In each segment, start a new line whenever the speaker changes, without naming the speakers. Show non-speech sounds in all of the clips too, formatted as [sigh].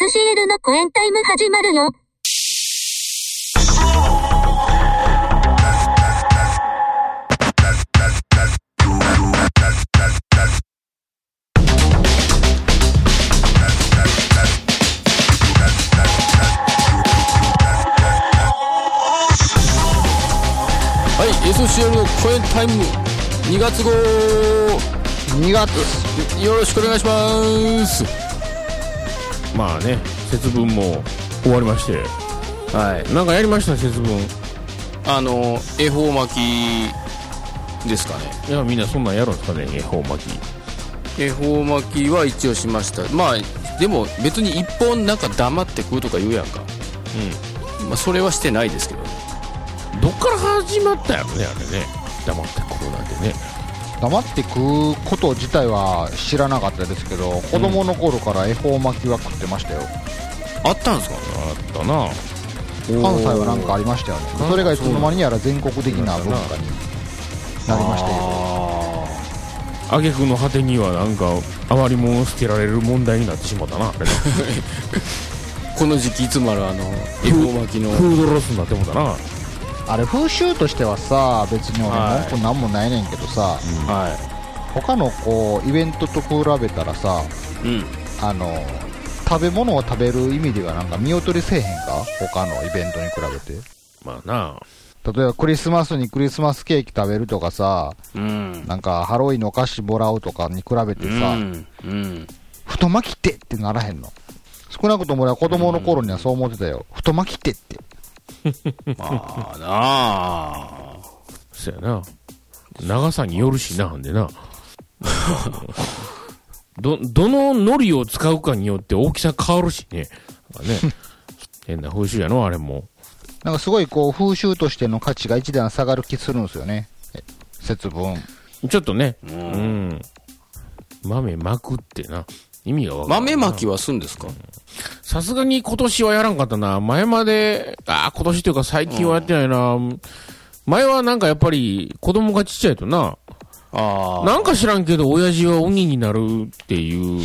SCL のコエンタイム始まるよ。
はい、SCL の公演タイム2月号
2月
よろしくお願いします
まあね、節分も終わりまして、
はい
なんかやりました、節分。い
あの恵方巻きですかね
や、みんなそんなんやるんですかね、恵方巻き。
恵方巻きは一応しましたまあでも別に一本なんか黙って食うとか言うやんかまあそれはしてないですけど
うん。どっから始まったやろね、あれね。黙ってこうなんてね。
黙って食うこと自体は知らなかったですけど子供の頃から恵方巻きは食ってましたよ、
あったんですか
あったな。
関西は何かありましたよね
なんだ
それがいつの間にやら全国的な文化になりましたよ
あげくの果てにはなんか、余り物を捨てられる問題になってしまったな、あれね
この時期いつもあるあの恵方巻きの
フードロスになってもうたな。は
あれ風習としてはさ別に
はい
俺文句なんもないねんけどさ
い。
他のこうイベントと比べたらさ
うん
あの食べ物を食べる意味ではなんか見劣りせえへんか他のイベントに比べて
まあな。
例えばクリスマスにクリスマスケーキ食べるとかさ
うん
なんかハロウィンのお菓子もらうとかに比べてさ、
うんうん
太巻きってってならへんの少なくとも俺は子供の頃にはそう思ってたよ、太巻きってって
まあな [laughs] あ
そやな。長さによるしな、ほんでな。 [laughs] ど、どの海苔を使うかによって大きさ変わるしね。なんかね。変な風習やの、あれも。
なんかすごいこう風習としての価値が一段下がる気するんですよねえ節分
ちょっとね。うん。豆まくってな。意味がわからんな
豆巻きはすんですか
さすがに今年はやらんかったな。前まで、ああ、今年というか最近はやってないな。前はなんかやっぱり子供がちっちゃいとな、
あ
なんか知らんけど、親父は鬼になるって [laughs] いう。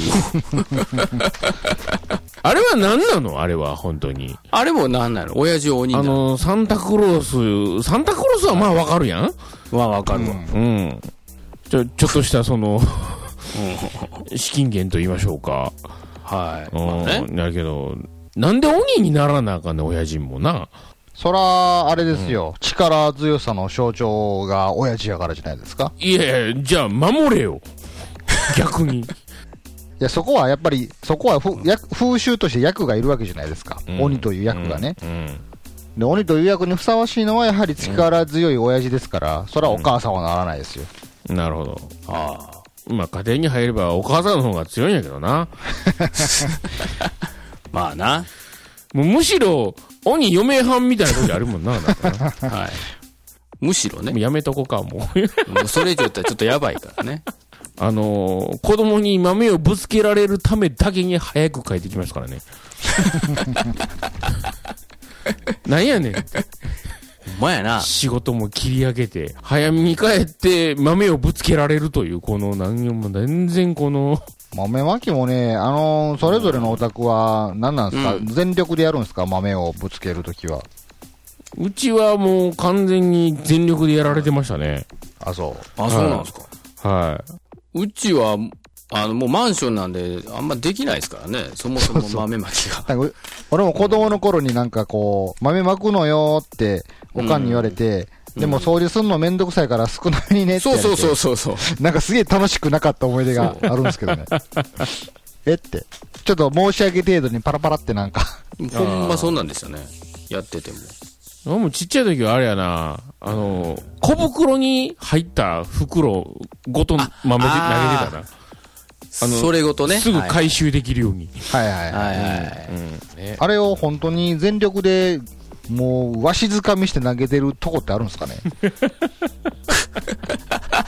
あれは何なのあれは、本当に。
あれもなんなの親父を鬼
あ
になる
の、サンタクロース、サンタクロースはまあわかるやん
はわかるわ
うん。ちょ、ちょっとしたその、資金源と言いましょうか。
はいまあね
うん。だけど、なんで鬼にならなあかんねん、親父もな。
そらあれですよ、力強さの象徴が親父やからじゃないですか
いやいや、じゃあ守れよ。
[laughs]
逆に。
いやそこはやっぱりそこはふ役風習として役がいるわけじゃないですか、
うん
鬼という役がね、
うん。
で鬼という役にふさわしいのはやはり力強い親父ですからそらお母さんはならないですよ、
なるほど。
ああ
まあ、家庭に入ればお母さんの方が強いんやけどな。
まあな。
もうむしろ、鬼嫁はんみたいな時ある
[laughs]
もんな。なんかな
はい。むしろ
[laughs] もう
ね、
やめとこか、もう。
もうそれ以上言ったらちょっとやばいからね。
あのー子供に豆をぶつけられるためだけに早く帰ってきますか
[laughs]
らね。なんやねん。
ほんまやな。
仕事も切り上げて、早めに帰って豆をぶつけられるという、この、何も全然この、
豆まきもね、あのーそれぞれのお宅は、何なんですか、
うん
全力でやるんですか、豆をぶつけるときは。
うちはもう完全に全力でやられてましたね。
あ、そ
あ、そうなんですか。
はい。
うちは、あの、もうマンションなんで、あんまできないですからね。そもそも豆まき
[laughs]
が。
う。なんか俺も子供の頃になんかこう、豆まくのよーって、おかんに言われて、でも掃除すんのめんどくさいから少なめにねって
そうそうそううそうそう。
なんかすげえ楽しくなかった思い出があるんですけど [laughs] ね。えって。ちょっと申し訳程度にパラパラってなんか、
ほんまそんなんですよね。やってても。
俺もちっちゃい時はあれやな、あの、小袋に入った袋ごと豆で投げて
あ
たな。
それごとね。
すぐ
はい
回収できるように。
はいはい。
はいはい。
あれを本当に全力で、もう、わしづかみして投げてるとこってあるんですかね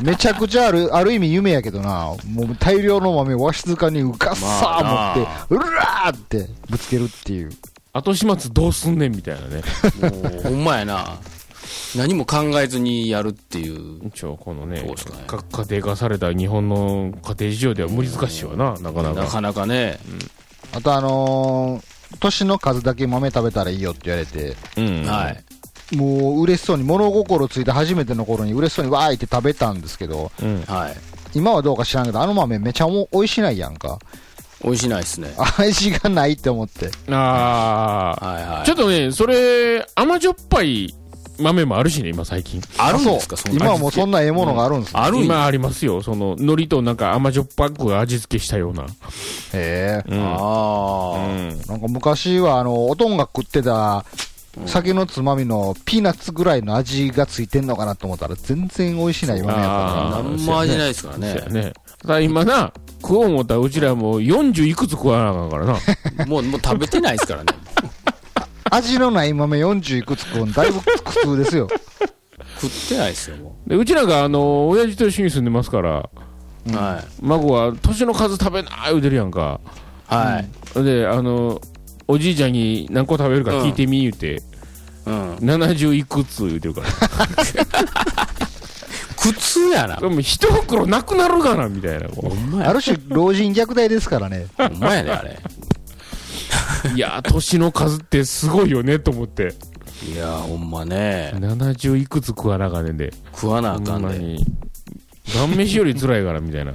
めちゃくちゃある、ある意味夢やけどな、もう大量の豆をわしづかみにうかっさー持って、うらーってぶつけるっていう。後
後始末どうすんねんみたいなね。
もう、ほんまやな。何も考えずにやるっていう。
一応このね
そうですかね、
か家庭化された日本の家庭事情では難しいわな、なかな
な
か。
かなかね、
あとあのー年の数だけ豆食べたらいいよって言われて、
うん。
はい。
もう嬉しそうに、物心ついて初めての頃に嬉しそうにわーいって食べたんですけど、
い。うん。
はい。
今はどうか知らんけど、あの豆めちゃお美味しないやんか。
美味しないですね。
味がないって思って。
ああ、
はいはい。
ちょっとね、それ、甘じょっぱい豆もあるしね、今最近。
あるんですか、
そ
そうの
今はもうそんなええものがあるんですね。
あるんや
今ありますよ。その、海苔となんか甘じょっぱく味付けしたような。
へえ。
うん。
あ
う
ー
ん。
なんか昔は、あの、おとんが食ってた、酒のつまみのピーナッツぐらいの味がついてんのかなと思ったら、全然美味しない豆やった
あ
か
な
ー
んも味ないですから
そう
ね
や。ね。ただ今な、食おう思ったらうちらもう40いくつ食わなあかんか
[laughs]
らな。
もう、もう食べてないですからね。
ら。味のない豆40いくつくん、だいぶ苦痛ですよ。
食ってないですよ、も
で、うちらがあの、親父と一緒に住んでますから、
う。はい。
孫は年の数食べなー言うてるやんか。
はい。
で、あの、おじいちゃんに何個食べるか聞いてみ言うて、
うん。
70いくつ言うて
[laughs]
るから。
苦痛やな
で。も一袋なくなるかなみたいな。こ
ほんま
あ
や。
る種、老人虐待ですからね。
ほんまやね、あれ。
ういやー、年の数ってすごいよねと思って。
いやー、ほんまね。
70いくつ食わなあかんねんで。
食わなあ
ほ
か
ん
ん
ま
で。
に。顔飯より辛いからみたいな。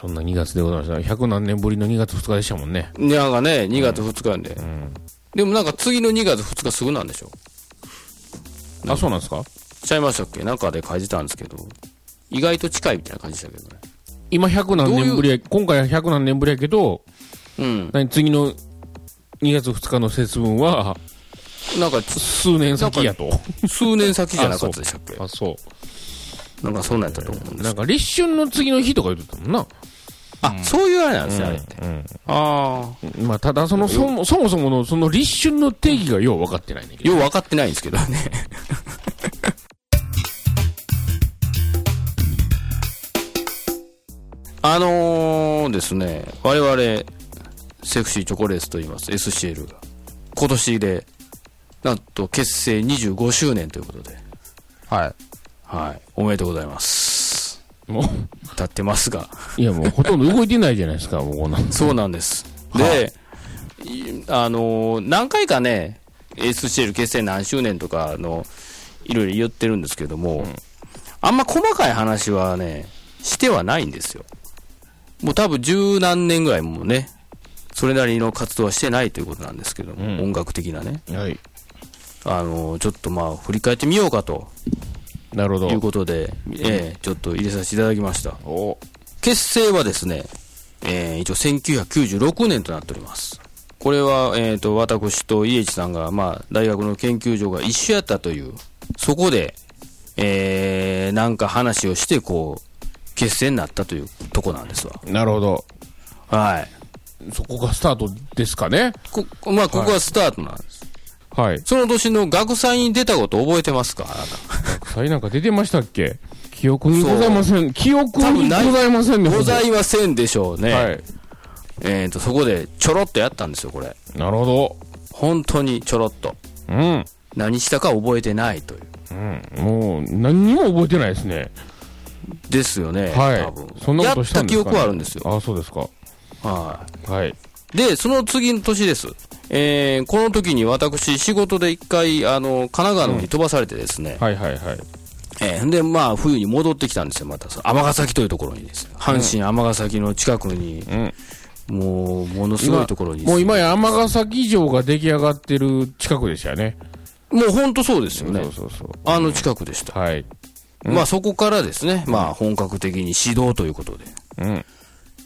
そんな2月でございました。100何年ぶりの2月2日でしたもんね。
なんかね、2月2日なんで。でもなんか次の2月2日すぐなんでしょ
あ、そうなんですか
ちゃいましたっけなんかで書いてたんですけど。意外と近いみたいな感じでしたけどね。
今100何年ぶりや、今回は100何年ぶりやけど、
うん。
何次の2月2日の節分は
なんか、
数年先やと。
数年先じゃなかったでしたっけ
あ、そ
なんかそうなんやったと思うん
う。
です
なんか立春の次の日とか言ってたもんな。
あ、そういうあれなんですね、あれって。
うん。
ああ。
まあ、ただその、そもそもそもの、その立春の定義がよう分かってないねんけど。
よう分かってないんですけどね。 [laughs] あのーですね、我々、セクシーチョコレースと言います、SCL が、今年で、なんと結成25周年ということで、
はい。
はい、おめでとうございます。
もう、
立ってますが、
いやもうほとんど動いてないじゃないです
[laughs]
か、もうこんなん。
そうなんです。で、いあのー何回かね、SCL 結成何周年とかの、いろいろ言ってるんですけども、あんま細かい話はね、してはないんですよ。もう多分十何年ぐらいもうね、それなりの活動はしてないということなんですけども、
うん
音楽的なね。
はい。
あのーちょっとまあ、振り返ってみようかと
なるほ
いう
ど。
ことで、ええちょっと入れさせていただきました。
お
結成はですね、えー一応1996年となっております。これは、えっ、と、私と家地さんが、まあ、大学の研究所が一緒やったという、そこで、えー、なんか話をして、こう、結成になったというとこなんですわ。
なるほど。
はい。
そこがスタートですかね。
こ、まあ、ここがスタートなんです。
はい。
その年の学祭に出たこと覚えてますかあなた
鎖なんか出てましたっけ記憶にございません。記憶
多分
に
ない
ございませんね、
ござ
ほ
いませんでしょうね。
ぼはい。
えっ、と、そこでちょろっとやったんですよ、これ。
なるほど。
本当にちょろっと。
うん。
何したか覚えてないという。
うん。もう、何にも覚えてないですね。
ですよね、多
は
分
い。そんなことしたんです
やった記
か、ね、
憶はあるんですよ。
あ、そうですか。
は
はい。
い、で、その次の年です、えーこの時に私、仕事で一回あの、神奈川の方に飛ばされてですね、
はいはいはい。
えーで、まあ、冬に戻ってきたんですよ、また、その尼崎というところにです、ね、阪神尼崎の近くに、
うん。
もう、ものすごいところに、
もう今や尼崎城が出来上がってる近くでしたよね。
もう本当そうですよね
そう、そうそう。
あの近くでした。
はい。
まあ、そこからですね、まあ、本格的に指導ということで、
うん。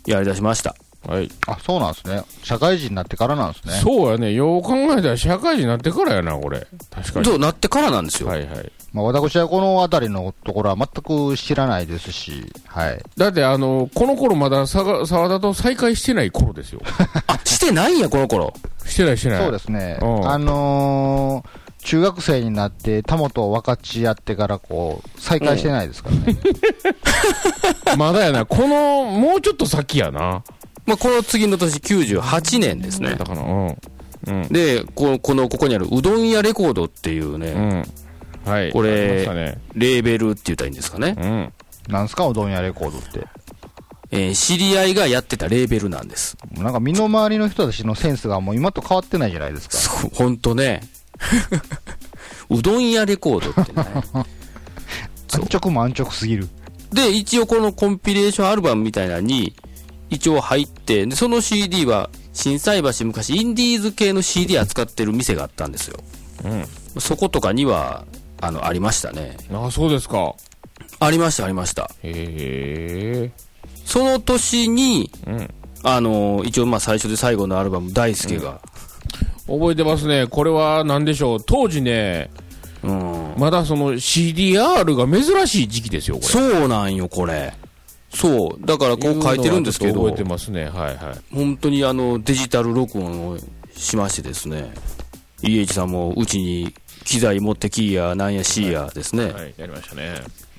やりだしました。
はい。
あ、そうなんですね。社会人になってからなんですね。
そうやね。よう考えたら社会人になってからやな、これ。確かに。
そうなってからなんですよ。
はいはい。
まあ、私はこの辺りのところは全く知らないですし、はい。
だって、あの、この頃まださが沢田と再会してない頃ですよ。
あ、してないんや、この頃。
してないしてない。
そうですね。
うん
あのー、中学生になって、タモと分かち合ってから、こう、再会してないですからね。
まだやな。この、もうちょっと先やな。
まあ、この次の年、98年ですね
だ。から、うん。うん。
で、ここの、ここにある、うどん屋レコードっていうね、
うん。はい。
これ
ありましたね。
レーベルって言ったらいいんですかね。
[laughs]
うん。
なんすか、うどん屋レコードって。
えー知り合いがやってたレーベルなんです。
なんか身の回りの人たちのセンスがもう今と変わってないじゃないですか。
すごいほんと
[laughs]
ね。うどん屋レコードってね。そう
安直も安直すぎる。
で、一応このコンピレーションアルバムみたいなのに、一応入って、でその CD は、震災橋昔、インディーズ系の CD 扱ってる店があったんですよ。そことかには、あの、ありましたね。
うん。あ、そうですか。
ありました、ありました。
へえ。
その年に、
うん。
あの、一応まあ最初で最後のアルバム、大輔が、
覚えてますね。これは何でしょう。当時ね、
うん。
まだその CDR が珍しい時期ですよ、これ。
そうなんよ、これ。そう。だからこう書いてるんですけ
いうのは
ど
ちょっと覚え、てますね。はいはい。
本当にあの、デジタル録音をしましてですね、EH さんもうちに機材持ってきいや、なんやしいやですね、
はい、やりましたね。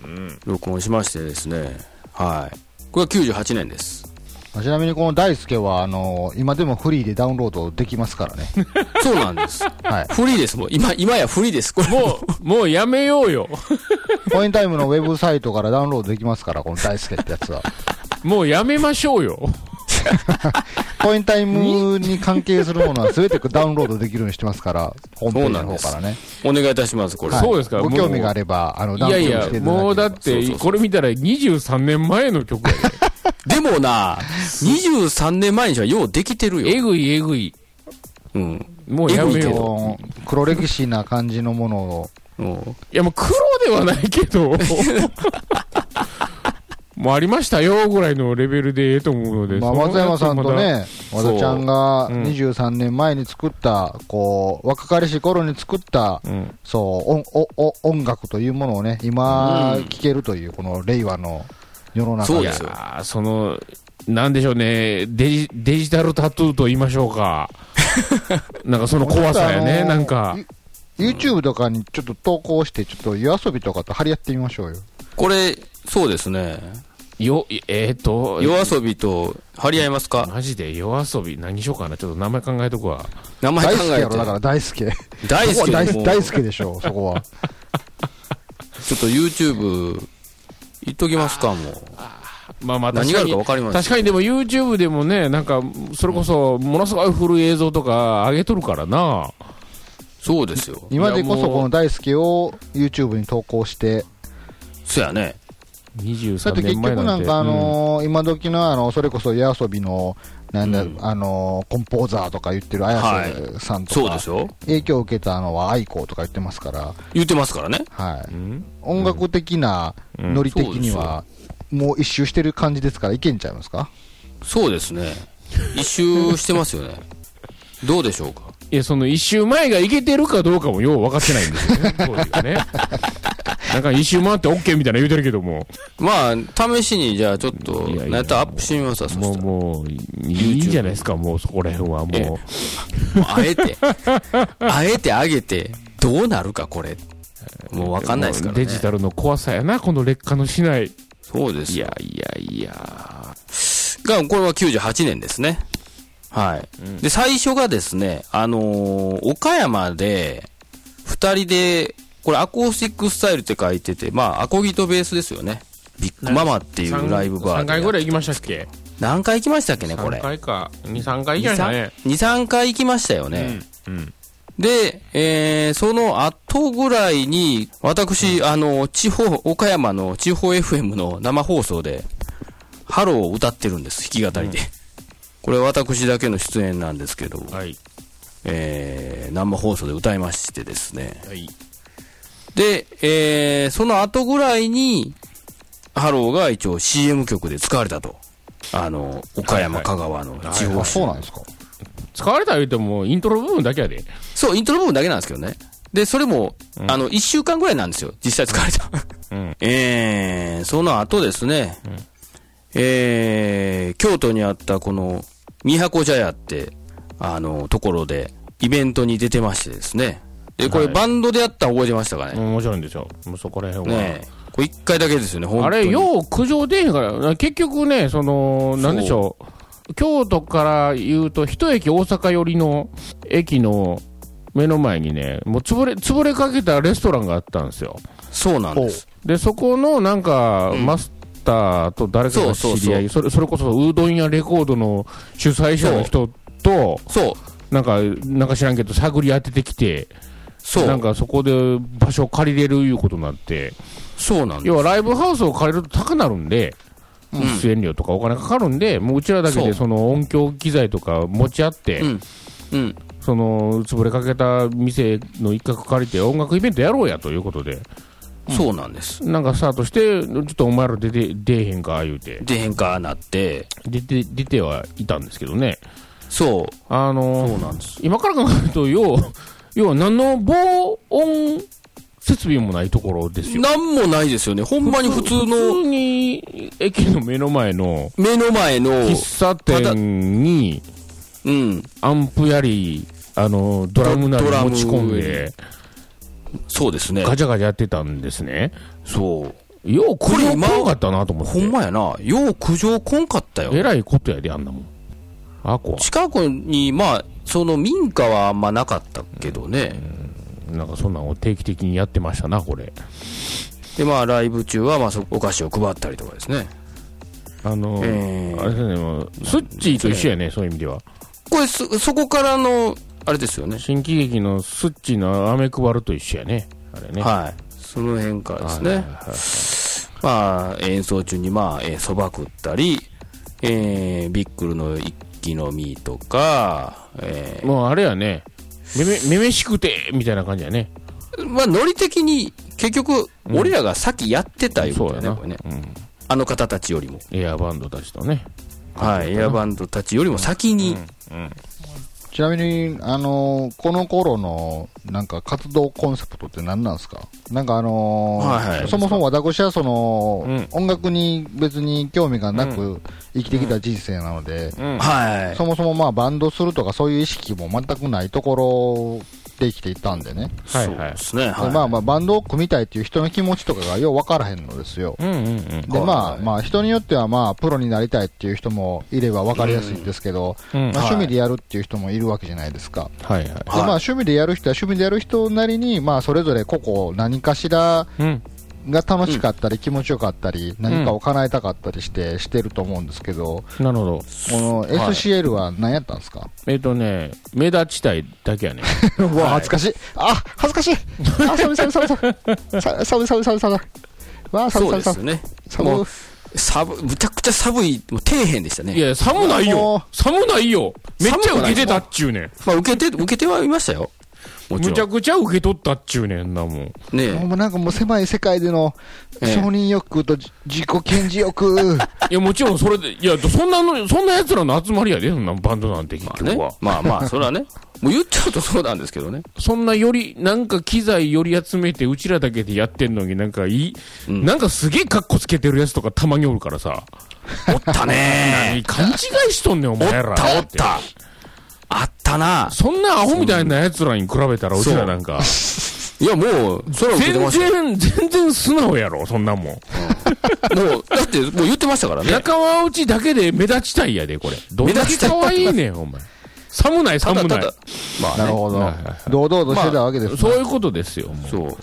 うん。
録音しましてですね、はい。これは98年です。
ちなみにこの大輔は、あの、今でもフリーでダウンロードできますからね。
そうなん
[laughs]
です。
はい。
フリーです、もう。今、今やフリーです。これも
もう、もうやめよう [laughs] よ。
コインタイムのウェブサイトからダウンロードできますから、この大輔ってやつは。
もうやめましょうよ。
コインタイムに関係するものは全てダウンロードできるようにしてますから、ホームページの方からね。
[laughs] う、お願いいたします、これ。
はい
そうですか
ご興味
もう
があれば、あの、ダウ
い
ンロ
や
ード
い
していただ
や
け、れば
もうだって、これ見たら23年前の曲やで。
でもな、23年前にじゃようできてる
え
よ。
ぐいえぐい。
うん。
もうやめ
えぐいけ
よう
ど。
こう黒歴史な感じのものを、
うん
いや、もう黒ではないけど。 [laughs] もうありましたよぐらいのレベルでええと思うので。
まあ、
その
松山さんと
や
ね、和田ちゃんが
そううん
23年前に作った、こう、若かりし頃に作った
つ、まだ。うん。
そう、音おお音楽というものをね、今
うん、
聴けるという、この令和の世の中
そう
い
で
や
すよ
ー、その、なんでしょうね、デジデジタルタトゥーと言いましょう
[laughs]
か。なんかその怖さやね、
あのー
なんか。
ユ YouTube とかにちょっと投稿して、ちょっと夜遊びとかと張り合ってみましょうよ。
これ、そうですね。
よ、えっ、と、
夜遊びと張り合いますか
マジで夜遊び、何しようかな。ちょっと名前考えとくわ。
名前考
大好き
え
や
て
ろ、だから。大好き。
大好
そこ
き
は
でも
大大好きでしょう、そこは。
ちょっと YouTube 行っときますか、もう。
まあまあ
何
確
があるか
かに
分、かりません。
確かにでも YouTube でもね、なんか、それこそ、ものすごい古い映像とか上げとるからな。
そうですよ。
今でこ
いやも
そ
う
この大好きを YouTube に投稿して、
そやね。
そ
23
れって結
年前
局な
なんんて。
かあのー今時のあの、それこそ夜遊びの、なんだ、あのーコンポーザーとか言ってる綾瀬さんと
そう
か
で、しょ
影響を受けたのは愛子とか言ってますから、
言ってますからね。
は
う
い。
ん
音楽的な、
うん
ノリ的には、もう一周してる感じですから、いけんちゃいますか
そうですね。一周してますよね。どうでしょうか。
いや、その一周前がいけてるかどうかもよう分かってないんですよね、当
[laughs]
時はね。なんか一周回って OK みたいな言うてるけども、
まあ、試しに、じゃあちょっと、
いやいや
なんやったらアップしてみますわ、そ
も
し
う、
たら。も
もう、いいんじゃないですか、もうそこら辺はも
うあえて、あえて上げて、どうなるか、これ。もうわ
う。
かんないですから
も
ね
うデ。ジタルの怖さやな、この劣化のしない。
そうです
い
よ
や。いやいや。
が、これは98年ですね。はい。で、最初がですね、あのー岡山で、二人で、これアコースティックスタイルって書いてて、まあ、アコギとベースですよね。ビッグママっていうライブバーで。
3回ぐらい行きましたっけ
何回行きましたっけね、これ
?3。回か。2、3回行
2、
きましたね
3。3回行きましたよね。
うん。
で、えー、その後ぐらいに、私、あの、地方、岡山の地方 FM の生放送で、ハローを歌ってるんです、弾き語りで。これ私だけの出演なんですけど、
はい。
えー、生放送で歌いましてですね。
はい。
で、えー、その後ぐらいに、ハローが一応 CM 曲で使われたと。あの、岡山、
はい
香川の地
はいは
方
あ、
出
そう
演
なんですか
使われた言うても、イントロ部分だけやで。
そう、イントロ部分だけなんですけどね。で、それも、あの、1週間ぐらいなんですよ、実際使われた。
うん。
[laughs] えー、その後ですね、えー、京都にあったこの、みはこ茶屋って、あの、ところで、イベントに出てましてですね。で、これ
はい
バンドでやったの覚えてましたかね。
面白いんですよ。もうそこら辺は。
ねえこれ一回だけですよね、本
あ
当に。
れ、よう苦情出えへんから、結局ね、その、なんでしょう、京都から言うと、一駅大阪寄りの駅の目の前にね、もう潰れ、潰れかけたレストランがあったんですよ。
そうなんです。
で、そこのなんか、マスタターと誰かが知り合い、それそれこそうどんやレコードの主催者の人と、
そう、
なんか、なんか知らんけど、探り当ててきて、
そう、
なんかそこで場所を借りれるいうことになって、
そうなんで
要はライブハウスを借りると高なるんで、
うん
出演料とかお金かかるんで、もううちらだけ
そ
で
う
その音響機材とか持ち合って、
うんす。うん。
その潰れかけた店の一角借りて、音楽イベントやろうやということで、
そうなんです。
なんかスタートして、ちょっとお前ら出て出えへんか言うて、
で、変化なって、
出て出てはいたんですけどね、
そう、
あ
そう
の
なんです。
今から考えると、要要は [laughs] 何の防音設備もないところですよ。
なんもないですよね。ほんまに普通の
普通に駅の目の前の
目の前の、
喫茶店に
うん、
アンプやり、あのドラムなり
ドラム
持ち込んで、
そうですね。
ガチャガチャやってたんですね。
そう。
よう、こ
こ
れ、
れ今
怖かったなと思って。
ほんまやな。よう苦情こんかったよ
え。らいことやで、あんなもん。あこ
近くに、まあ、その民家はあんまなかったけどね。
なんかそんなんを定期的にやってましたな、これ。
で、まあ、ライブ中は、まあ、そお菓子を配ったりとかですね。
あの、
えー
あれですね、もうスッチーと一緒やね、そういう意味では。
これ、そ、そこからの、あれですよね。
新喜劇のスッチーのアメ配ると一緒やね、あれね。
はい。その辺からです
はい
ね
はい。
まあ、演奏中に、まあ、えーそば食ったり、えービックルの一気の実とか、え
もうあれやね、めめ、めめしくて、みたいな感じやね。
ーまあ、ノリ的に、結局、俺らが先やってたよ、
そうや
ね、
な。
これね。
うん。
あの方たちよりも。
エアバンドたちとね。
はい。エアバンドたちよりも先に、
ちなみに、あのーこの頃の、なんか活動コンセプトって何なんですかなんかあのー
はいはい
そもそも私はその、
うん
音楽に別に興味がなく生きてきた人生なので、
うん
はい。
そもそもまあバンドするとかそういう意識も全くないところで生きていたんでね。
はい
そう
はい
で。すね。はい。
でまあまあバンドを組みたいっていう人の気持ちとかがよう分からへんのですよ。
うんうんうん。
でまあ
はい
まあ人によってはまあプロになりたいっていう人もいれば分かりやすいんですけど、
うん
まあ
はい
趣味でやるっていう人もいるわけじゃないですか。
はいはい。
でまあ、趣味でやる人は趣味でやる人なりに、まあ、それぞれ個々何かしら
うん。
が楽しかったり気持ちよかったり、何かを叶えたかったりして、してると思うんですけど、
なるほど。
この
い
SCL は何やったんですか、
えっ、とね、目立ちたいだけやね。
うわ恥ずかしいあ恥ずかしいあ寒い寒い寒い寒いさ寒い寒い寒い寒いわあ寒い
そうで
寒い寒
す
い
よね。
寒い
もう寒いむちゃくちゃ寒い、もう底辺でしたね。
[laughs] いや、寒ない
も
よ
う。
寒ないよ。めっちゃ受けてたっちゅうねん。
まあ、受けて、受けてはいましたよ。もち
むち
ろ
ゃ
ん。
くちゃ受け取ったっちゅうねんなもん。
ね
も
え
うなんかもう狭い世界での承
ええ
認欲とじ自己顕示欲
いや、もちろんそれで、いや、そんなの、そんな奴らの集まりやで、そんなバンドなんて、結
まあ
局
ね
は。。
まあまあ、それ
[laughs]
はね。もう言っちゃうとそうなんですけどね。
そんなより、なんか機材より集めて、うちらだけでやってんのに、なんかいい、
うん
なんかすげえカッコつけてるやつとかたまにおるからさ。
おったね
何勘違いしとんねん、お
おっ
前ら。
たおった。あったな。
そんなアホみたいな奴らに比べたら、うちらなんか。
いや、もう、それは受け
全
てましたよ。
然、全然素直やろ、そんなもん。
もう、だって、もう言ってましたからね。
仲間内だけで目立ちたいやで、これ。どんだけ可愛いねん、お前。寒ない、
た
寒
だ
な
た
い。
だ、まあね
なるほど
はいはいはい
堂々としてたわけですね、
そういうことですよ、もう
そう。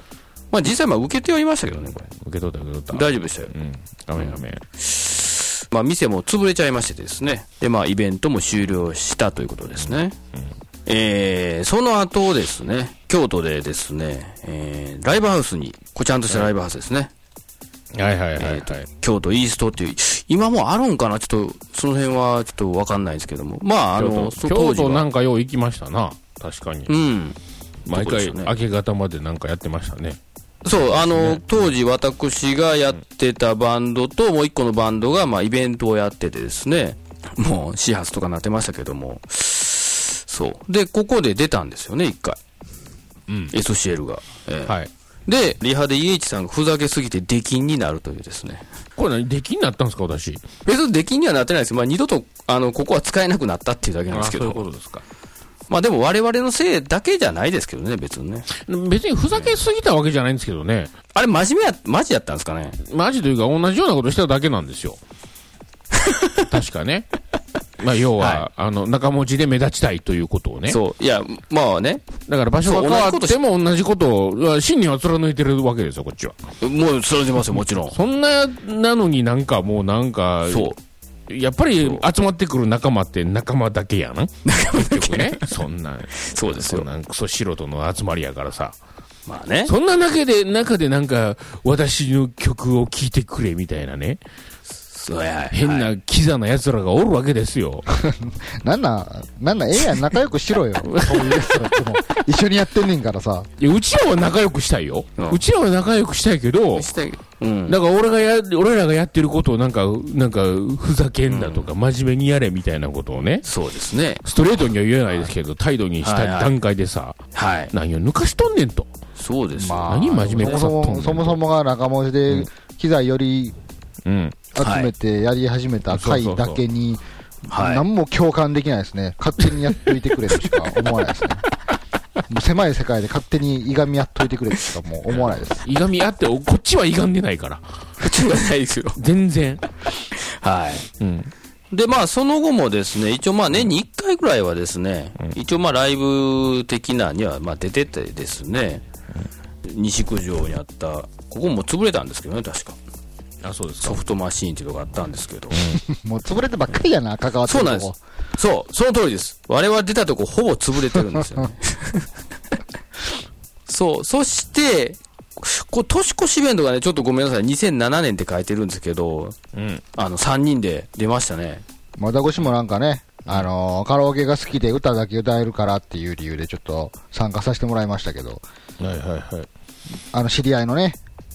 まあ実際、まあ受けてはいましたけどね、これ。
受け取った、受け取った。
大丈夫でしたよ。
うん、ダメダメ。
まあ店も潰れちゃいましてですね。で、まあイベントも終了したということですね。えー、その後ですね、京都でですね、えー、ライブハウスに、こちゃんとしたライブハウスですね。
はいはいはいは
え
い
ー。と京都イーストっていう、今もうあるんかなちょっと、その辺はちょっとわかんないですけども。まあ、あの、そ
京都京都な
は
んかよう行きましたな。確かに
う。ん。
毎回、
そうですね
明け方までなんかやってましたね。
そう、あの、当時私がやってたバンドと、もう一個のバンドが、まあ、イベントをやっててですね、もう、始発とかなってましたけども、そう。で、ここで出たんですよね、一回。
うん。
SCL が。ええ
はい。
で、リハで EH さんがふざけすぎて出禁になるというですね。
これ何、出禁になったんですか、私。
別に出禁にはなってないです。まあ、二度と、あの、ここは使えなくなったっていうだけなんですけ
そういうこ
ど。
とですか。
まあ、でも我々のせいだけじゃないですけどね、別にね。
別にふざけすぎたわけじゃないんですけどね。
あれ、真面目や、マジやったんですかね。 [laughs]
マジというか、同じようなことしただけなんですよ。確かね。まあ、要は、
は
あの、中文字で目立ちたいということをね。
そう。いや、まあね、
だから場所が変わっても同じことを、真には貫いてるわけですよ、こっちは。
もう通じますよ、もちろん。
そんな、なのになんかもうなんか、
そう。
やっぱり集まってくる仲間って仲間だけやな。結局ね。そんな、
そうです
そん
よ。
なクソ素人の集まりやからさ。
まあね。
そんな中で、中でなんか、私の曲を聴いてくれみたいなね。
そうや
変
はい
なキザな奴らがおるわけですよ。
なんなん、なんなん、ええやん、仲良くしろよ。そういうやつらとも。一緒にやってんねんからさ。
いや、うちらは仲良くしたいよ
うん。
うちらは仲良くしたいけど、
うん。
なんか俺がや、俺らがやってることをなんか、なんか、ふざけんなとか、真面目にやれみたいなことをね、
そうですね。
ストレートには言えないですけど、態度にし
は
た
いはい
段階でさ、
はい。
何を抜かしとんねんと。
そうですよ。
何真面目
そ
く
も
さ
そ
っとんね
も、
ん
そもそもが仲間内で機材より
うん。
集めてやり始めた回だけに、
はい
何も共感できないですね。勝手にやっといてくれとしか思わないですね。もう狭い世界で勝手にいがみやっといてくれとしかもう思わないです。
いがみあって、おこっちはいがんでないから。
こっちはないですよ。
全然。
は
うん。
い。で、まあ、その後もですね、一応まあ、年に1回ぐらいはですね、一応まあ、ライブ的なには、まあ、出ててですね、西九条にあった、ここも潰れたんですけどね、確か。
あ、そうです
ソ。フトマシーンっていうのがあったんですけど。
もう潰れてばっかりやな、関わって
そう
る
なん
と
です
こ。。
そう、その通りです。我々出たとこほぼ潰れてるんですよ
[laughs]
ね。そう、そして、こう年越しイベントがね、ちょっとごめんなさい、2007年って書いてるんですけど、
うん。
あの、3人で出ましたね。
まだごしもなんかね、あのーカラオケが好きで歌だけ歌えるからっていう理由でちょっと参加させてもらいましたけど、
はいはいはい。
あの知り合いのね、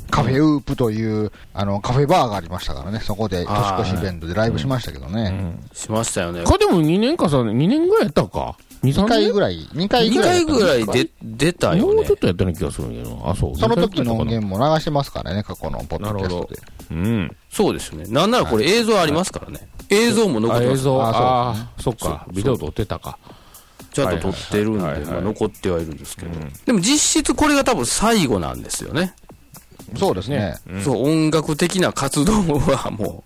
カフェウープという、あのカフェバーがありましたからね、そこで年越しイベントでライブしましたけどね、
しましたよね。
か、でも2年かさ、2年ぐらいやったか。2、
2
3
回
年
ぐらい、2回
2
ぐら
回
いだった
ぐらい
んです
で出たよ
もう
ね
ちょっ。とやったような気がするんやけど。あ、そう。
かその時の
二
音
回やっ
源も流してますからね、過去のポッドキャストで。
たかな。うん。
そうですよね。なんならこれ映像ありますからね。映像も残っ
あ
て
映
ます。
像、
あそう
ああ、そっか。ビデオ撮ってたか。
ちゃんと撮ってるんで、
はいはいはい
まあ残ってはいるんですけど。でも実質これが多分最後なんですよね。
そうですね。
そう、音楽的な活動はも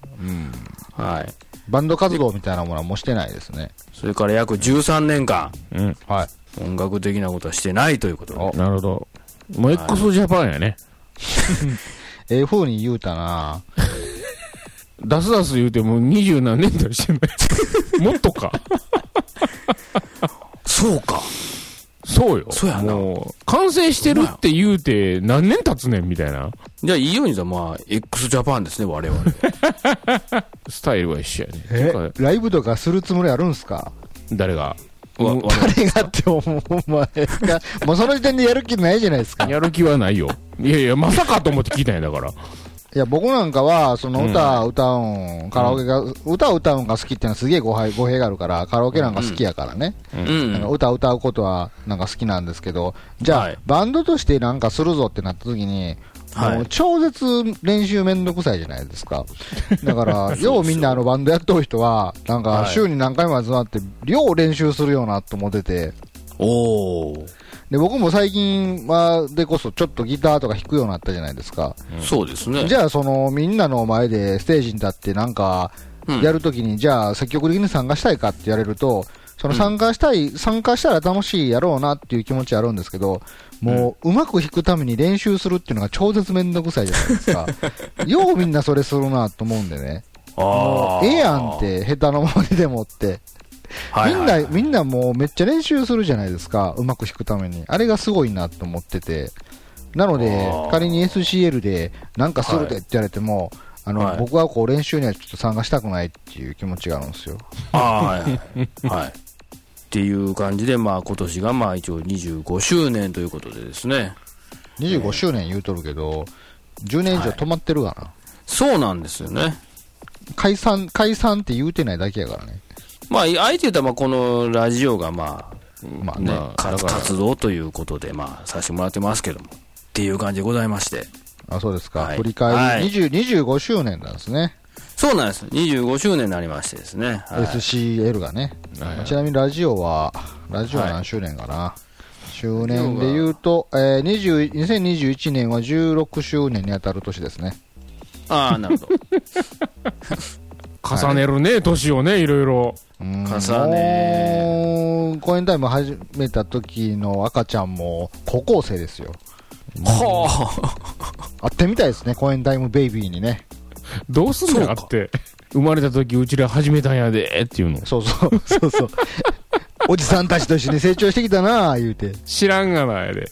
う、はい。
バンド活動みたいなものはもうしてないですね。
それから約13年間、
うん。
はい。
音楽的なことはしてないということで。
なるほど。もう x ジャパンやね。
ええ風に言うたな
出す出す言うても二十何年としてない。もっとか。
そうか。
そうよ。
そうやな
もう、完成してるって言うて何年経つねんみたいな。
じゃあ、いいようにさ、まあ、x ジャパンですね、我々。
スタイルは一緒やね。
え
てか
ライブとかするつもりあるんすか
誰が。
わ我々
誰がって思う、お前が。もうその時点でやる気ないじゃないですか。
[laughs] やる気はないよ。いやいや、まさかと思って聞いたんやだから。
いや、僕なんかは、その歌歌うん、カラオケが、歌を歌うんが好きってのはすげえ語弊語弊があるから、カラオケなんか好きやからね。
うん
なんか歌歌うことはなんか好きなんですけど、じゃあ、
はい
バンドとしてなんかするぞってなった時に、
はい
もう超絶練習めんどくさいじゃないですか。だ
[laughs]
から、ようみんなあのバンドやっとる人は、なんか
はい
週に何回も集まって、よう練習するよなと思ってて、
おー。
で、僕も最近は、でこそちょっとギターとか弾くようになったじゃないですか。
そうですね。
じゃあ、その、みんなの前でステージに立ってなんか、
うん
やるときに、じゃあ、積極的に参加したいかって言われると、その参加したい、参加したら楽しいやろうなっていう気持ちあるんですけど、もう、うまく弾くために練習するっていうのが超絶めんどくさいじゃないで
[laughs]
すか。ようみんなそれするなと思うんでね。
あ
もうええやんっ。て、下手なままででもって。
はいはいはい、
みんな、みんなもうめっちゃ練習するじゃないですか、うまく弾くために。あれがすごいなと思ってて。なので
あー、
仮に SCL でなんかするでって言われても、あの、
はい
僕はこう練習にはちょっと参加したくないっていう気持ちがあるんですよ。
あーはいはい。はい。っていう感じで、まあ、今年が、まあ、一応25周年ということでですね。
25周年言うとるけど、10年以上止まってるから、
そうなんですよね。
解散、解散って言うてないだけやからね。
まあ、あえて言ったら、まあ、このラジオが、まあ、
まあね。
ね、
まあだ
活
から
活動ということで、まあ、させてもらってますけども。っていう感じでございまして。
あ、そうですか。
はい
振り返
は
り、
い
20 25周年なんですね。
そうなんです。25周年になりましてですね。はい
SCL がね、
はいはい
ちなみにラジオは、ラジオは何周年かな、周年で言うと、えー、20 2021年は16周年に当たる年ですね。
ああ、なるほど。
重ねるね、年をね、いろいろ。
重ね
もう公演タイム始めた時の赤ちゃんも高校生ですよ。
は
会ってみたいですね、公演タイムベイビーにね。
どうすんの
そ
や
うか
って。生まれた時、うちら始めたんやで、っていうの。
そうそう、そうそう。おじさんたちと一緒に成長してきたなあ言うて。
知らんがな、やで。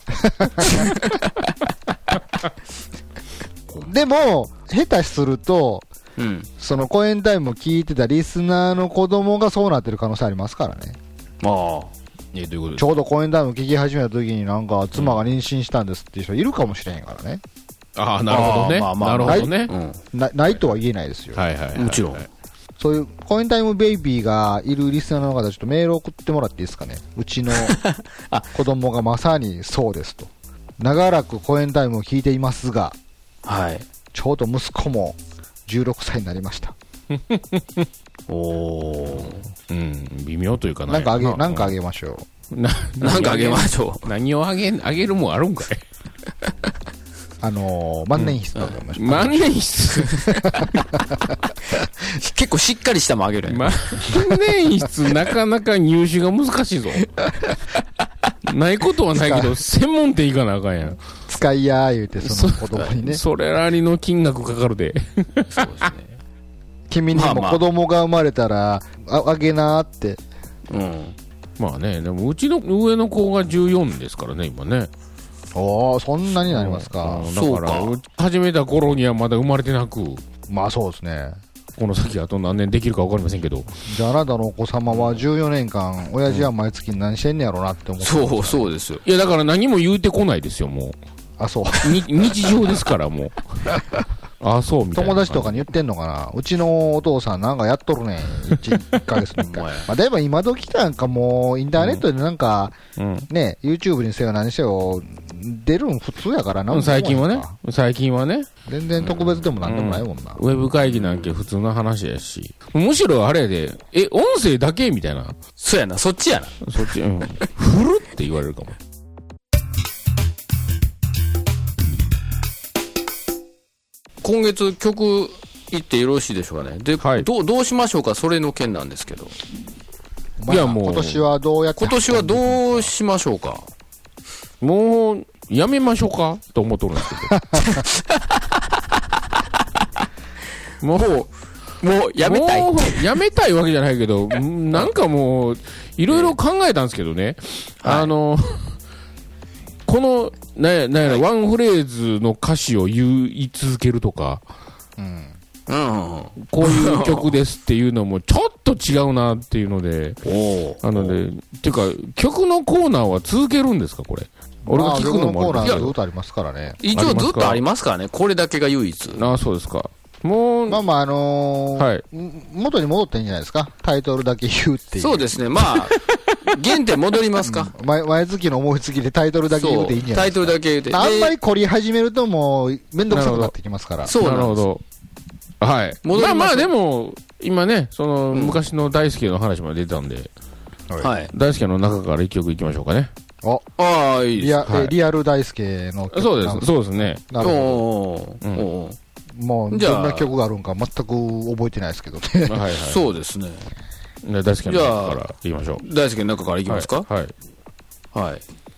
でも、下手すると、
あ。 [laughs] うん。
その公演タイムを聞いてたリスナーの子供がそうなってる可能性ありますからね。
まあ。え、どういう
ち
こ
ょうど公演タイム聞き始めた時になんか妻が妊娠したんですっていう人いるかもしれんからね。
ああ、なるほどね。
まあまあ
なるほどね
と。うん。
なないとは言えないですよ。
はいはいはい。
もちろん
そういうコインタイムベイビーがいるリスナーの方、ちょっとメール送ってもらっていいですかね。うちの [laughs] 子供がまさにそうですと。長らくコインタイムを聞いていますが、
はい。
ちょうど息子も16歳になりました。
おー。
うん、微妙というか
なんかあげ、
や
なんかあげましょ
な
なんかあげま [laughs] しょ
う。何をあげ、あげるもんあるんかい。
う。あのー万年筆とかあげましょう。
万年筆。
う。結構しっかりしたもんあげるやん
万年筆、なかなか入手が難しいぞ。 [laughs] ないことはないけど、専門店行かなあかんやん。
使いやー言うて、その子供にね。
それなりの金額かかるで。 [laughs]
そうですね。
君に
まあ
も
まあ
子供が生まれたら、ああげなーって。
うん。
まあね、でもうちの上の子が14ですからね、今ね。
おー、そんなになりますか。
うん
そう
だ
か
から、う始めた頃にはまだ生まれてなく、
まあそうですね。
この先あと何年できるか分かりませんけど。
じゃああなたのお子様は14年間、親父は毎月何してんねやろなって思って、
そう、そうですよ。
いや、だから何も言うてこないですよ、も
あ、そう。
う。
[laughs]
に日常ですから、もう。ああ、そう、みたいな。
友達とかに言ってんのかなうちのお父さんなんかやっとるねん。1, ヶ月に
ほ
1回。
んま
ま
や
あでも今時なんかもう、インターネットでなんか、
うん。
ね、YouTube にせよ何せよ、出るん普通やからな。
最近はね、最近はね、
全然特別でもなんでもないもんな。
ウェブ会議なんて普通の話やし、むしろあれやで、え、音声だけみたいな。
そうやな、そっちやな。
そっち、うん。振るって言われるかも。
今月曲行ってよろしいでしょうかね。で、
はい
どうどうしましょうか、それの件なんですけど。
まあ
いやもう
今年はどうやって。
今年はどうしましょうか。
もう、やめましょうかと思っとるんです
[laughs]
けど。もう、
もう、やめたい。
もうやめたいわけじゃないけど、うんなんかもう、いろいろ考えたんですけどね、
はい
あの、この、なんや、なんやろ、ワンフレーズの歌詞を言い続けるとか、
うん。
うん。お
こういう曲ですっていうのも、ちょっと違うなっていうので、
お
なので、ていうか、曲のコーナーは続けるんですか、これ。俺が聞くのも
ま
ある
あ曲のコーナー
け
ず
ど
っとありますからね。
一応ずっとありますからね、これだけが唯一。
ああ、そうですか。もう、
まあまあ、あのー
はい
ん元に戻っていいんじゃないですか。タイトルだけ言うっていう。
そうですね、ま
[laughs]
あ、原点戻りますか。
前前月の思いつきでタイトルだけ言
そう
ていいんじ
う、
ゃな
タ
い
イトルだけ言うて。
あんま
で
り凝り始めるともう、めんどくさくなってきますから。
そう
なる
なん
ほ
です。
ど。はい。
戻り
まあま
ましょ
あ、
う
でも、今ね、その、
ん
昔の大輔の話も出たんで、
はい。
大輔の中から一曲いきましょうかね。
お
ああ、いいです
リア、
はい
えリアル大輔の曲
そうで
なん
す、そうですね。
なる
お
ほ
ー
うん
おー
ど。もう、
じゃあ
どんな曲があるんか全く覚えてないですけどね。
はいはい。
そうですね。
ね大輔の中からいきましょう。
大輔の中からいきますか
はい。は
は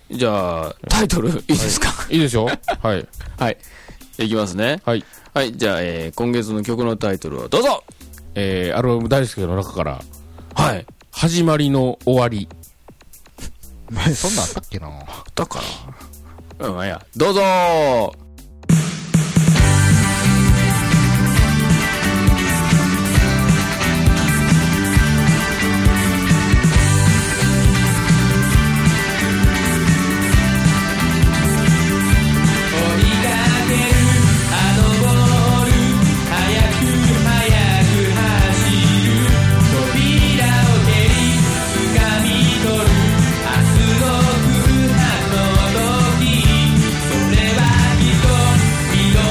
い。じゃあ、タイトル、いいですか
いいいですよ。はい。
はい。いきますね。
はい。
はい。じゃあ、えー今月の曲のタイトルをどうぞ
えー、アルバム大輔の中から、
はい。
始まりの終わり。
[laughs] そんなんあったっけな
だから。うん、まあいいや。どうぞー
追いかけるあのボール早く早く走る扉を蹴り掴み取る明日の空白の時それはきっと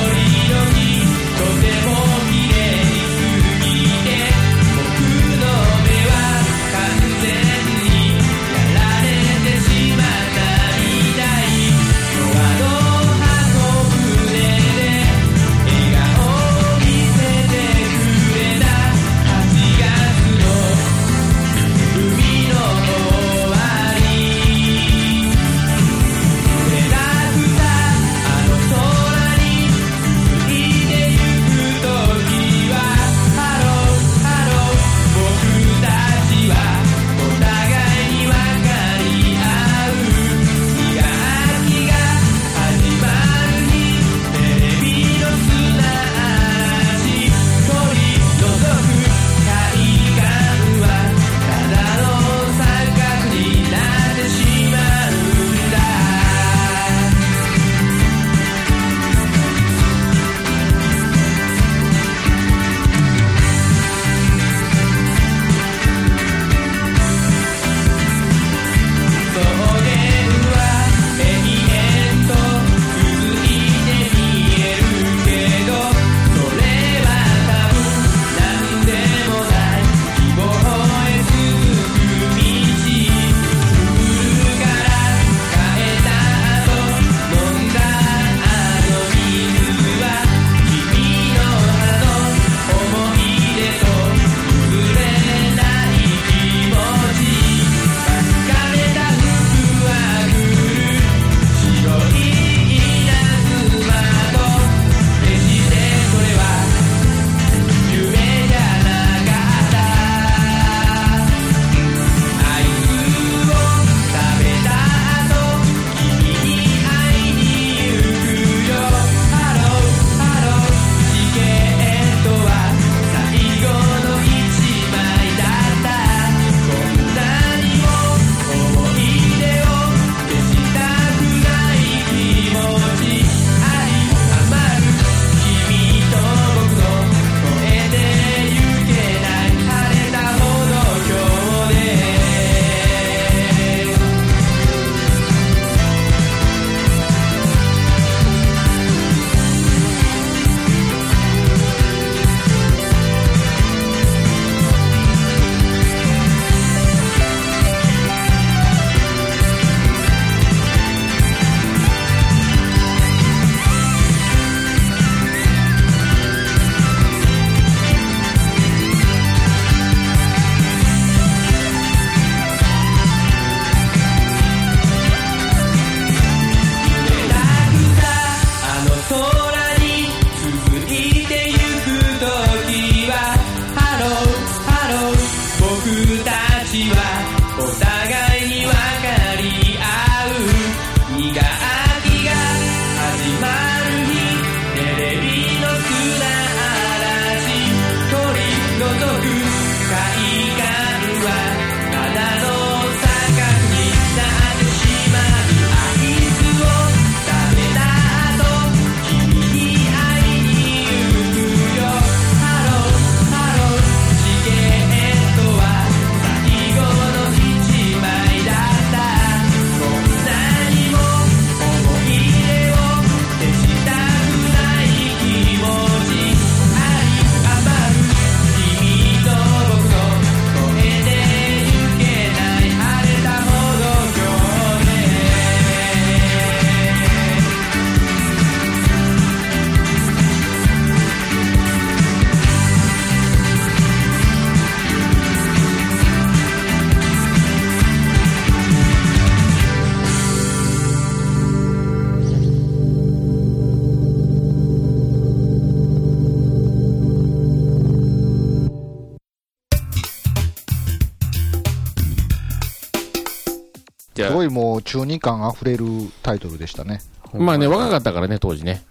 もう中二感あふれるタイトルでしたね。
まあね、若かったからね、当時ね。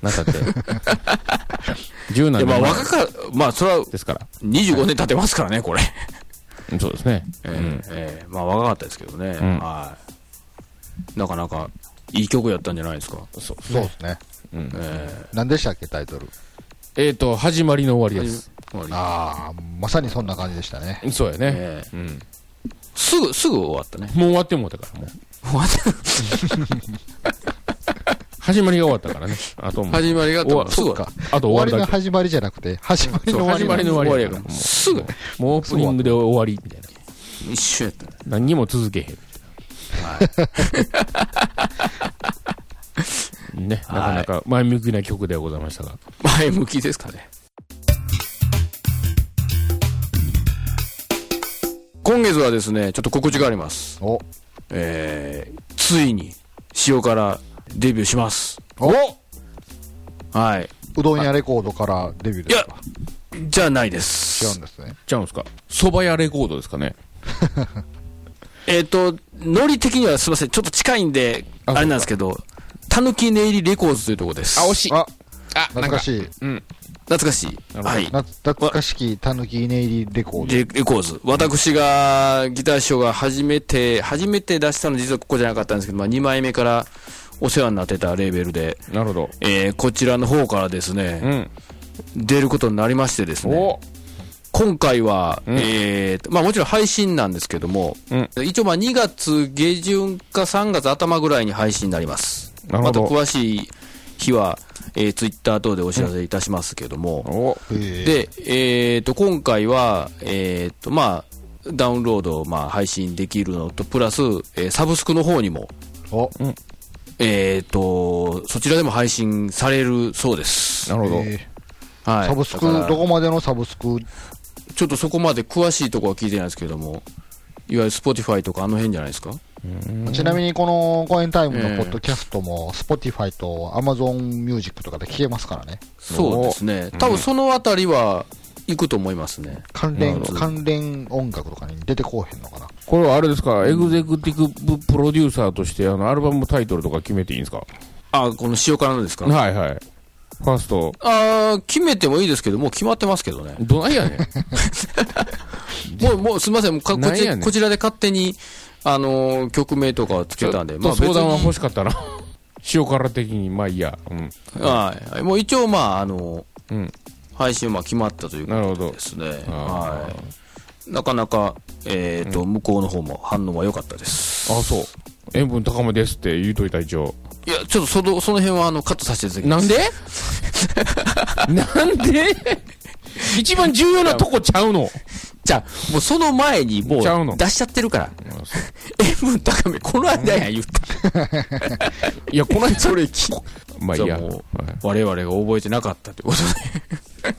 なん [laughs] たって。10
いや
何
まあ
年前
若か、まあそれは
ですから。
25年経ってますからね、これ。
うんそうですね。
ええええまあ若かったですけどね。
ん
はい。なかなかいい曲やったんじゃないですか。
そうですね。
うん
え
何でしたっけ、タイトル。
えっと、始まりの終わりです。
え終わ
ああ、まさにそんな感じでしたね。
そうや
り
ね。
ええ
うん。
すぐ、すぐ終わったね。
もう終わってもうたから、もう。
終わった
始まりが終わったからね。あともう。
始まりが終わ
終わ
か。
あと終
終わり
わ
の
りだ
始まりじゃなくて、始ま
け。
りの
そう
終
始
わ
ま
り
りの
なんです。
終わりや
終わりやか
からら。もう
すぐ
もうオープニングで終わりみたいな。
一緒やったね。
何にも続けへんみたい [laughs] な。ね、なかなか前向きな曲ではございましたが。
前向きですかね。今月はですね、ちょっと告知があります。
お、
えー、ついに、塩からデビューします。
お
はい。
うどん屋レコードからデビュー
い
です
や
か、
じゃないで
違う
す
ん。ですね。
ちゃうんですか蕎麦屋レコードですかね。
えっ、と、ノリ的にはすいません、ちょっと近いんで、あ
あ
れなんですけど、たぬき寝入りレコーズというところです。
あ、惜しい。
あ、
あ、
懐かしい。
懐かしい。
なるほど
はい。
な懐かしきたぬき稲入りレコード。
レレコーズ。私が、ギター師匠が初めて、初めて出したの実はここじゃなかったんですけど、まあ2枚目からお世話になってたレーベルで、
なるほど。
えーこちらの方からです
う
ね、
ん。
出ることになりましてですね、
お
今回は、
ん
えーとまあもちろん配信なんですけども、一応まあ2月下旬か3月頭ぐらいに配信になります。
なるほど
また詳しい日は、えー、ツイッター等でお知らせいたしますけども、
お
で、
で、えー、と今回は、えーとまあ、ダウンロードを、まあ、配信できるのと、プラス、えーサブスクの方にも、
お、
えー、とそちらでも配信されるそうです。
なるほど。
えー
はい、
サブスク、
だから
どこまでのサブスク
ちょっとそこまで詳しいところは聞いてないですけども、いわゆる Spotify とかあの辺じゃないですか。
ちなみにこの公演タイムのポッドキャストも、Spotify と AmazonMusic とかで聞けますからね。
そうですね。多分そのあたりは行くと思いますね。
関連、関連音楽とかに出てこうへんのかな。
これはあれですか、エグゼクティブプロデューサーとして、あの、アルバムタイトルとか決めていいんですか
あ、この塩辛のですか。
はいはい。ファースト、
あー決めてもいいですけど、もう決まってますけどね。
どないや
[laughs]
ねん。
もう、もう、すみません、もうかこ
な
っ
んや
ち、
ねん
こちらで勝手に、あのー曲名とかをつけたんで、
まあ、
別に
相談は欲しかったな。 [laughs] 塩辛的に、まあいいや。うん。
はい。もう一応、まあ、あのー
うん
配信は決まったという
なる
こ
ほ
と
ど
で。すね。
あ
はい。なかなか、えっ、と、向こうの方も反応は良かったです。
あ、そう。塩分高めですって言うといた一応。
いや、ちょっとその、その辺は、あの、カットさせていただきます。
で
[laughs]
なんで一番重要なとこちゃうの。
じゃあもうその前に、もう
ちゃうの、
出しちゃってるから。塩分高め、この間や言った。
いや、この間、
それ聞こ
まあいい
じゃ
や。
あもう
はい
我々が覚えてなかったということ [laughs] で、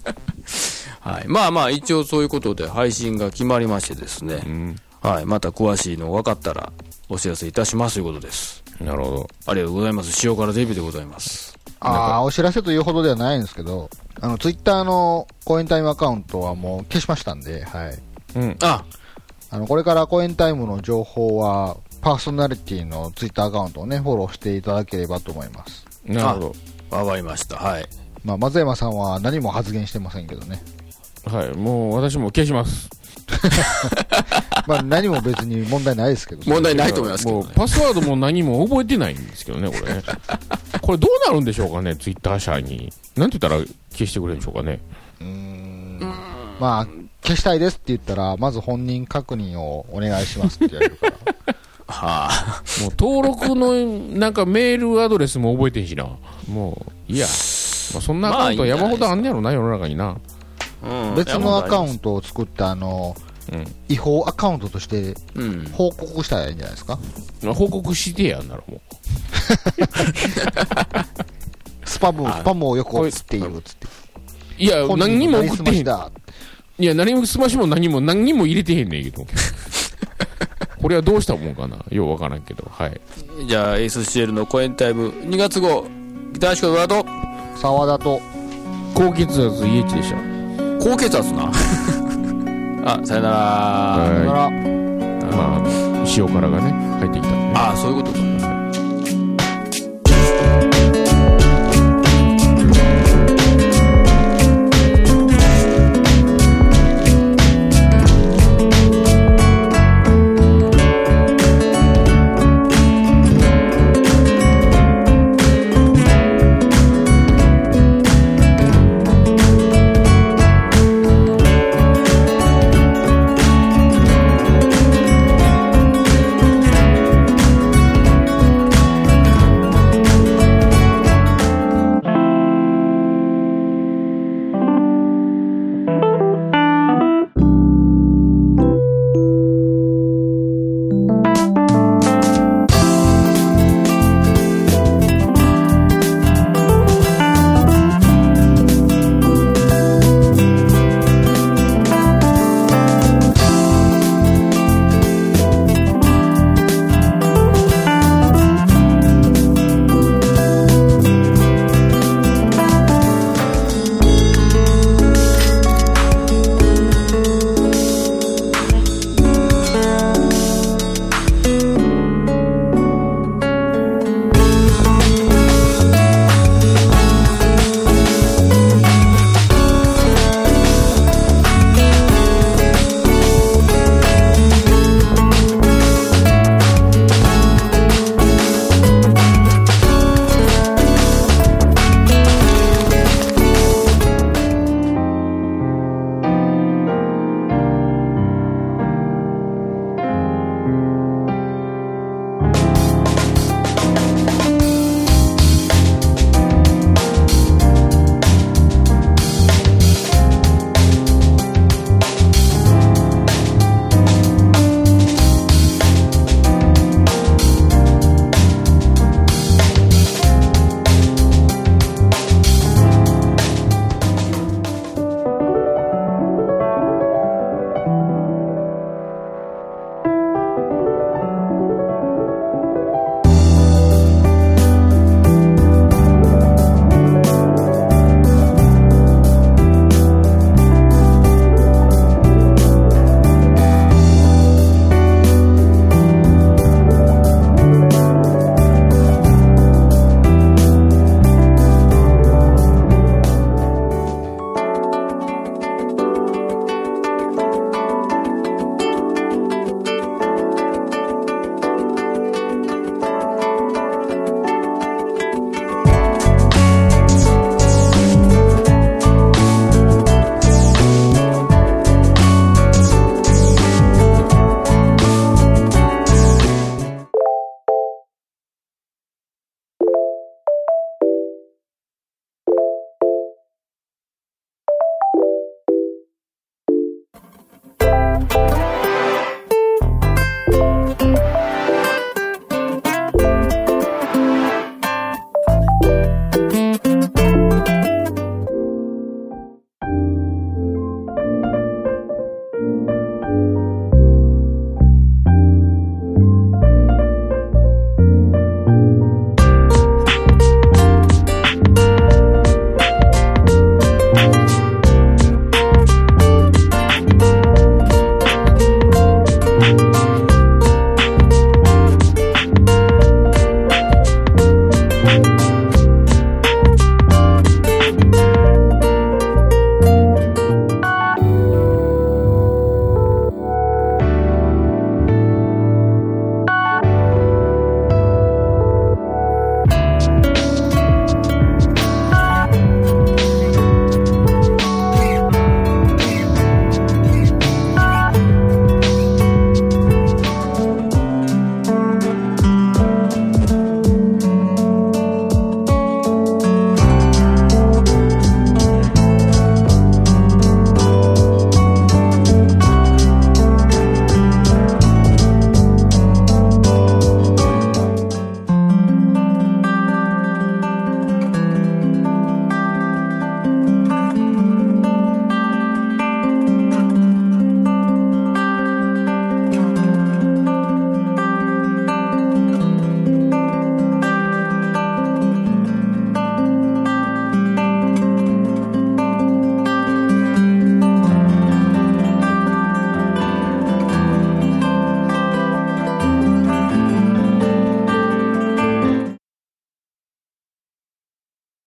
はい、まあまあ一応そういうことで配信が決まりましてですね、はい、また詳しいの分かったらお知らせいたしますということです
なるほど。
ありがとうございます塩辛デビューでございます
ああ、お知らせというほどではないんですけど、あの、Twitter の公演タイムアカウントはもう消しましたんで、はい。
あ
あの、これから公演タイムの情報は、パーソナリティの Twitter アカウントをね、フォローしていただければと思います。
なるほど。
わかりましたはい
まあ、松山さんは何も発言してませんけどね。
はい、もう私も消します。
まあ、何も別に問題ないですけど、
問題ないと思いますけど
も
ね
うパスワードも何も覚えてないんですけどね、こ [laughs] れね。これどうなるんでしょうかね、ツイッター社に。なんて言ったら消してくれるんでしょうかね。
まあ、消したいですって言ったら、まず本人確認をお願いしますって言われるから。
はあ
もう登録のなんかメールアドレスも覚えてんしな。もう、いいや。まあ、そんなアカウントは山ほどあんねやろな、世の中にな。
うん
別のアカウ
ト
ントを作って、あの、
うん
違法アカウントとして
うん
報告したらいいんじゃないですか。
報告してやんならもう。
スパム、スパムをよく送ってい
こ
るっつって。
いや、
本人
何にも
なり
送
す
っ
ま
てへ
し
ん。
だ。
いや、何もスマッシュも何も、何にも入れてへんねん [laughs] けど。これはどうしたもんかな。ようわからんけど。はい。
じゃあ SCL の公演タイム2月号ギターシコドラと
沢田と、
高血圧 EH でした。
高
[laughs]
血圧なあさよなら
だ
は
から、
い。まあ、
塩辛がね、入ってきたんでね。
ああ、そういうことか。